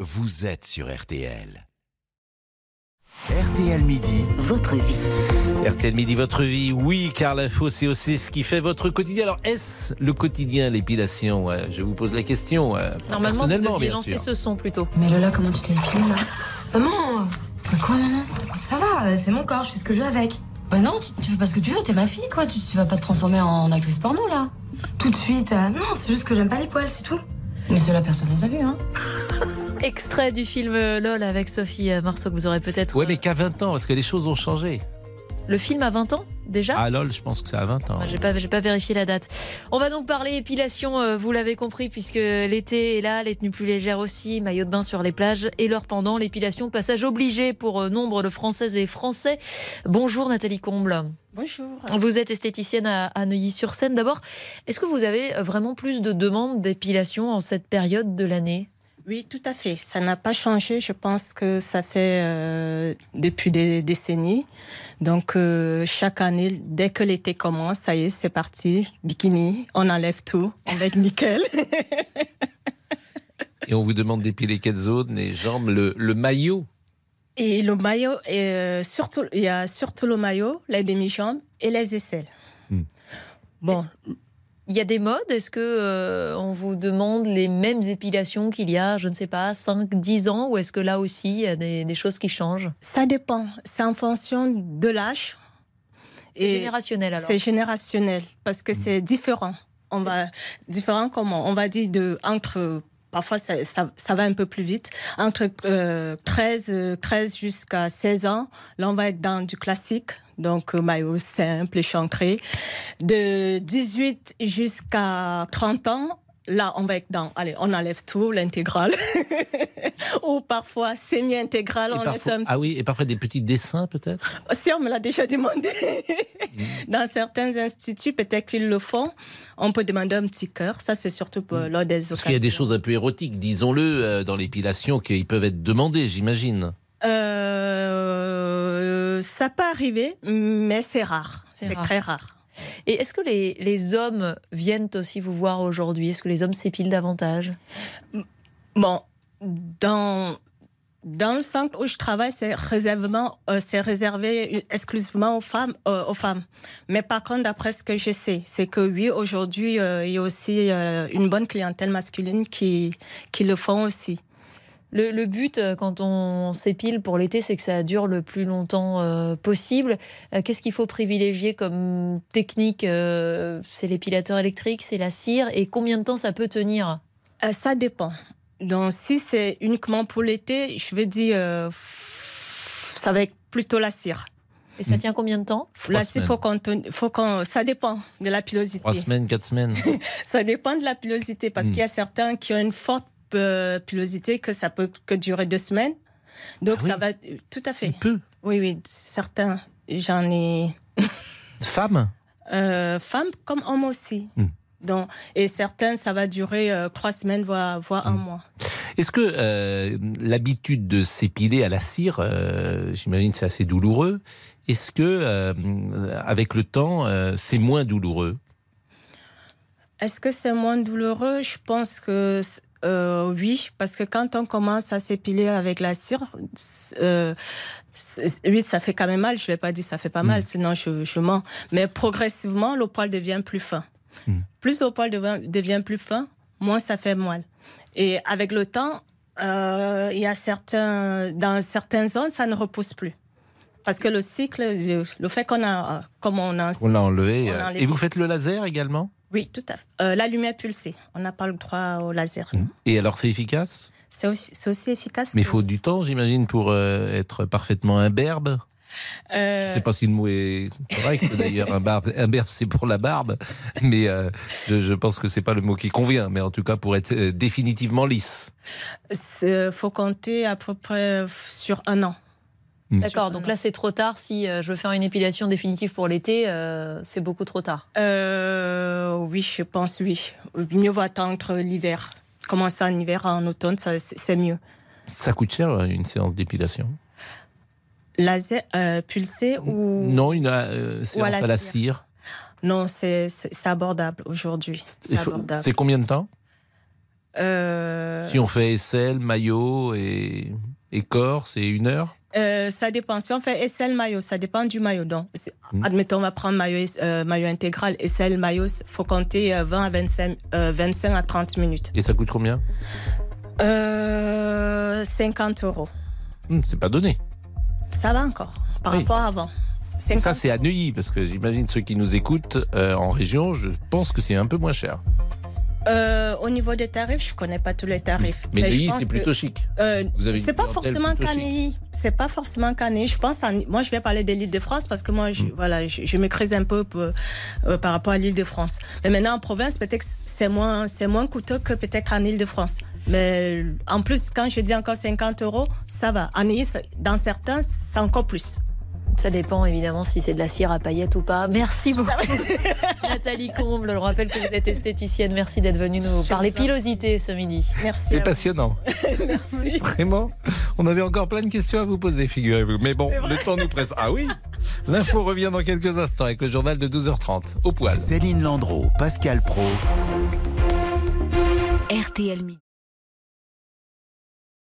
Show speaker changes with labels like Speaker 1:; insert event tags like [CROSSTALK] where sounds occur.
Speaker 1: vous êtes sur RTL. RTL Midi.
Speaker 2: Votre vie.
Speaker 3: RTL Midi, votre vie, oui, car l'info, c'est aussi ce qui fait votre quotidien. Alors, est-ce le quotidien, l'épilation Ouais, Je vous pose la question. euh,
Speaker 4: Normalement, vous
Speaker 3: personnellement,
Speaker 4: deviez
Speaker 3: bien
Speaker 4: lancer
Speaker 3: sûr.
Speaker 4: ce son plutôt.
Speaker 2: Mais Lola, comment tu t'es épilée là
Speaker 5: Maman,
Speaker 2: Mais quoi, maman
Speaker 5: ça va, euh, c'est mon corps, je fais ce que je veux avec.
Speaker 2: Bah non, tu, tu fais pas ce que tu veux, t'es ma fille quoi, tu, tu vas pas te transformer en actrice porno là.
Speaker 5: Tout de suite, euh, non, c'est juste que j'aime pas les poils, c'est tout.
Speaker 2: Mais cela, personne les a vus, hein.
Speaker 4: Extrait du film euh, LOL avec Sophie euh, Marceau que vous aurez peut-être.
Speaker 3: Ouais,
Speaker 4: euh,
Speaker 3: mais qu'à 20 ans, parce que les choses ont changé.
Speaker 4: Le film à 20 ans déjà
Speaker 3: Ah, lol, je pense que c'est à 20 ans.
Speaker 4: Moi, J'ai pas, j'ai pas vérifié la date. On va donc parler épilation, euh, vous l'avez compris, puisque l'été est là, les tenues plus légères aussi, maillot de bain sur les plages et leur pendant, l'épilation, passage obligé pour euh, nombre de Françaises et Français. Bonjour Nathalie Comble.
Speaker 6: Bonjour.
Speaker 4: Vous êtes esthéticienne à, à Neuilly-sur-Seine. D'abord, est-ce que vous avez vraiment plus de demandes d'épilation en cette période de l'année
Speaker 6: Oui, tout à fait. Ça n'a pas changé. Je pense que ça fait euh, depuis des décennies. Donc, euh, chaque année, dès que l'été commence, ça y est, c'est parti. Bikini, on enlève tout. On va être nickel.
Speaker 3: Et on vous demande d'épiler quelles zones, les jambes, le, le maillot.
Speaker 6: Et le maillot, et, euh, surtout, il y a surtout le maillot, les demi-jambes et les aisselles.
Speaker 3: Hmm.
Speaker 6: Bon,
Speaker 4: Il y a des modes Est-ce que euh, on vous demande les mêmes épilations qu'il y a, je ne sais pas, 5, 10 ans Ou est-ce que là aussi, il y a des, des choses qui changent
Speaker 6: ça dépend. C'est en fonction de l'âge.
Speaker 4: C'est
Speaker 6: Et-
Speaker 4: générationnel alors.
Speaker 6: C'est générationnel parce
Speaker 3: Mm.
Speaker 6: que c'est différent. On va différent comment On va dire de entre parfois ça, ça, ça va un peu plus vite entre euh, 13 euh, 13 jusqu'à 16 ans. Là on va être dans du classique donc euh, maillot simple échancré. De 18 jusqu'à 30 ans. Là, on va être dans. Allez, on enlève tout, l'intégrale. [LAUGHS] Ou parfois semi-intégrale,
Speaker 3: Et
Speaker 6: on laisse
Speaker 3: parfois-
Speaker 6: un
Speaker 3: Ah oui, et parfois des petits dessins, peut-être
Speaker 6: si on me l'a déjà demandé, [LAUGHS] dans certains instituts, peut-être qu'ils le font, on peut demander un petit cœur. Ça, c'est surtout pour, lors des occasions.
Speaker 3: Mm. Parce qu'il y a des choses un peu érotiques, disons-le, euh, dans l'épilation, qui peuvent être demandées, j'imagine.
Speaker 6: Euh, ça peut arriver, mais c'est rare.
Speaker 4: C'est
Speaker 6: C'est
Speaker 4: rare.
Speaker 6: très rare.
Speaker 4: Et est-ce que les, les hommes viennent aussi vous voir aujourd'hui Est-ce que les hommes s'épilent davantage
Speaker 6: Bon, dans, dans le centre où je travaille, c'est réservement- euh, c'est réservé exclusivement aux femmes, euh, aux femmes. Mais par contre, d'après ce que je sais, c'est que oui, aujourd'hui, euh, il y a aussi euh, une bonne clientèle masculine qui, qui le font aussi.
Speaker 4: Le, le but, euh, quand on s'épile pour l'été, c'est que ça dure le plus longtemps euh, possible. Euh, Qu'est-ce qu'il faut privilégier comme technique euh, C'est l'épilateur électrique, c'est la cire, et combien de temps ça peut tenir
Speaker 6: Euh, ça dépend. Donc, si c'est uniquement pour l'été, je vais dire, euh, ça va être plutôt la cire.
Speaker 4: Et ça
Speaker 3: Mm.
Speaker 4: tient combien de temps
Speaker 3: Trois
Speaker 6: La cire,
Speaker 3: semaines.
Speaker 6: faut qu'on, ten- faut qu'on, ça dépend de la pilosité.
Speaker 3: Trois semaines, quatre semaines.
Speaker 6: Ça dépend de la pilosité parce
Speaker 3: Mm.
Speaker 6: qu'il y a certains qui ont une forte euh, pilosité que ça peut que durer deux semaines. Donc
Speaker 3: Ah oui.
Speaker 6: ça va euh, tout à
Speaker 3: Si
Speaker 6: fait.
Speaker 3: peu.
Speaker 6: Oui oui, certains j'en ai
Speaker 3: Femme
Speaker 6: euh, femmes comme hommes aussi.
Speaker 3: Mm.
Speaker 6: Donc et certains ça va durer euh, trois semaines voire voire un
Speaker 3: Hmm.
Speaker 6: mois.
Speaker 3: Est-ce que euh, l'habitude de s'épiler à la cire, euh, j'imagine que c'est assez douloureux, est-ce que euh, avec le temps, euh, c'est moins douloureux
Speaker 6: Est-ce que c'est moins douloureux Je pense que c- euh, oui, parce que quand on commence à s'épiler avec la cire, c- euh, c- oui, ça fait quand même mal. Je vais pas dire ça fait pas mal,
Speaker 3: Mm.
Speaker 6: sinon je, je mens. Mais progressivement, le poil devient plus fin.
Speaker 3: Mm.
Speaker 6: Plus le poil devient, devient plus fin, moins ça fait mal. Et avec le temps, euh, il y a certains, dans certaines zones, ça ne repousse plus. Parce que le cycle, le fait qu'on a, comme on a un
Speaker 3: On l'a enlevé.
Speaker 6: On
Speaker 3: euh,
Speaker 6: l'a enlevé.
Speaker 3: Et vous faites le laser également
Speaker 6: oui, tout à fait. Euh, la lumière pulsée. On n'a pas le droit au laser.
Speaker 3: Et alors c'est efficace
Speaker 6: C'est aussi, c'est aussi efficace.
Speaker 3: Mm. Mais il
Speaker 6: que-
Speaker 3: faut du temps, j'imagine, pour euh, être parfaitement imberbe. Je
Speaker 6: Euh,
Speaker 3: sais pas si le mot est correct
Speaker 6: [LAUGHS]
Speaker 3: d'ailleurs. Un barbe, un berbe, c'est pour la barbe, mais euh, je, je pense que c'est pas le mot qui convient. Mais en tout cas, pour être euh, définitivement lisse.
Speaker 6: c'est- faut compter à peu près sur un an.
Speaker 3: Mm.
Speaker 4: D'accord, donc là c'est trop tard. Si euh, je veux faire une épilation définitive pour l'été, euh, c'est beaucoup trop tard.
Speaker 6: Euh, oui, je pense oui. Mieux vaut attendre l'hiver. Commencer en hiver, en automne, ça, c'est c'est mieux.
Speaker 3: Ça coûte cher euh, une séance d'épilation
Speaker 6: Laser euh, pulsé ou
Speaker 3: Non, une euh, séance
Speaker 6: la
Speaker 3: à la cire.
Speaker 6: non, c'est c'est- c'est abordable aujourd'hui. C'est
Speaker 3: Il faut-
Speaker 6: abordable.
Speaker 3: C'est combien de temps
Speaker 6: Euh,
Speaker 3: Si on fait aisselle, maillot et, et corps, c'est une heure
Speaker 6: euh, ça dépend. Si on fait aisselle maillot, ça dépend du maillot. Donc, c'est-
Speaker 3: Mm.
Speaker 6: admettons, on va prendre maillot, euh, maillot intégral. Aisselle maillot, il faut compter euh, 20 à 25, euh, 25 à 30 minutes.
Speaker 3: Et ça coûte combien
Speaker 6: Euh, 50 euros.
Speaker 3: Hum, C'est pas donné.
Speaker 6: Ça va encore par
Speaker 3: Oui.
Speaker 6: rapport à avant.
Speaker 3: Ça,
Speaker 6: 50
Speaker 3: c'est à
Speaker 6: euros.
Speaker 3: Neuilly, parce que j'imagine ceux qui nous écoutent euh, en région, je pense que c'est un peu moins cher.
Speaker 6: Euh, au niveau des tarifs, je connais pas tous les tarifs.
Speaker 3: Mais
Speaker 6: je
Speaker 3: Neuilly,
Speaker 6: pense
Speaker 3: c'est
Speaker 6: que,
Speaker 3: plutôt chic.
Speaker 6: euh,
Speaker 3: Vous avez une
Speaker 6: c'est pas
Speaker 3: clientèle
Speaker 6: forcément
Speaker 3: plutôt chic.
Speaker 6: Canilly. C'est pas forcément Canilly. Je pense à, moi, je vais parler de l'île de France parce que moi, je,
Speaker 3: Mm.
Speaker 6: voilà, je, je maîtrise un peu pour- euh, par rapport à l'île de France. Mais maintenant, en province, peut-être que c'est moins, c'est moins coûteux que peut-être en île de France. Mais en plus, quand je dis encore 50 euros, ça va. En Neuilly, ça- dans certains, c'est encore plus.
Speaker 4: Ça dépend évidemment si c'est de la cire à paillettes ou pas. Merci beaucoup. Nathalie Comble, je rappelle que vous êtes esthéticienne. Merci d'être venue nous parler
Speaker 6: vous en prie.
Speaker 4: pilosité ce midi.
Speaker 6: Merci. à
Speaker 3: C'est
Speaker 6: vous.
Speaker 3: passionnant.
Speaker 6: [LAUGHS] Merci.
Speaker 3: Vraiment, on avait encore plein de questions à vous poser, figurez-vous. Mais bon, le temps nous presse. Ah oui L'info revient dans quelques instants avec le journal de 12h30. Au poil.
Speaker 1: Céline Landreau, Pascal Pro.
Speaker 7: RTL Midi.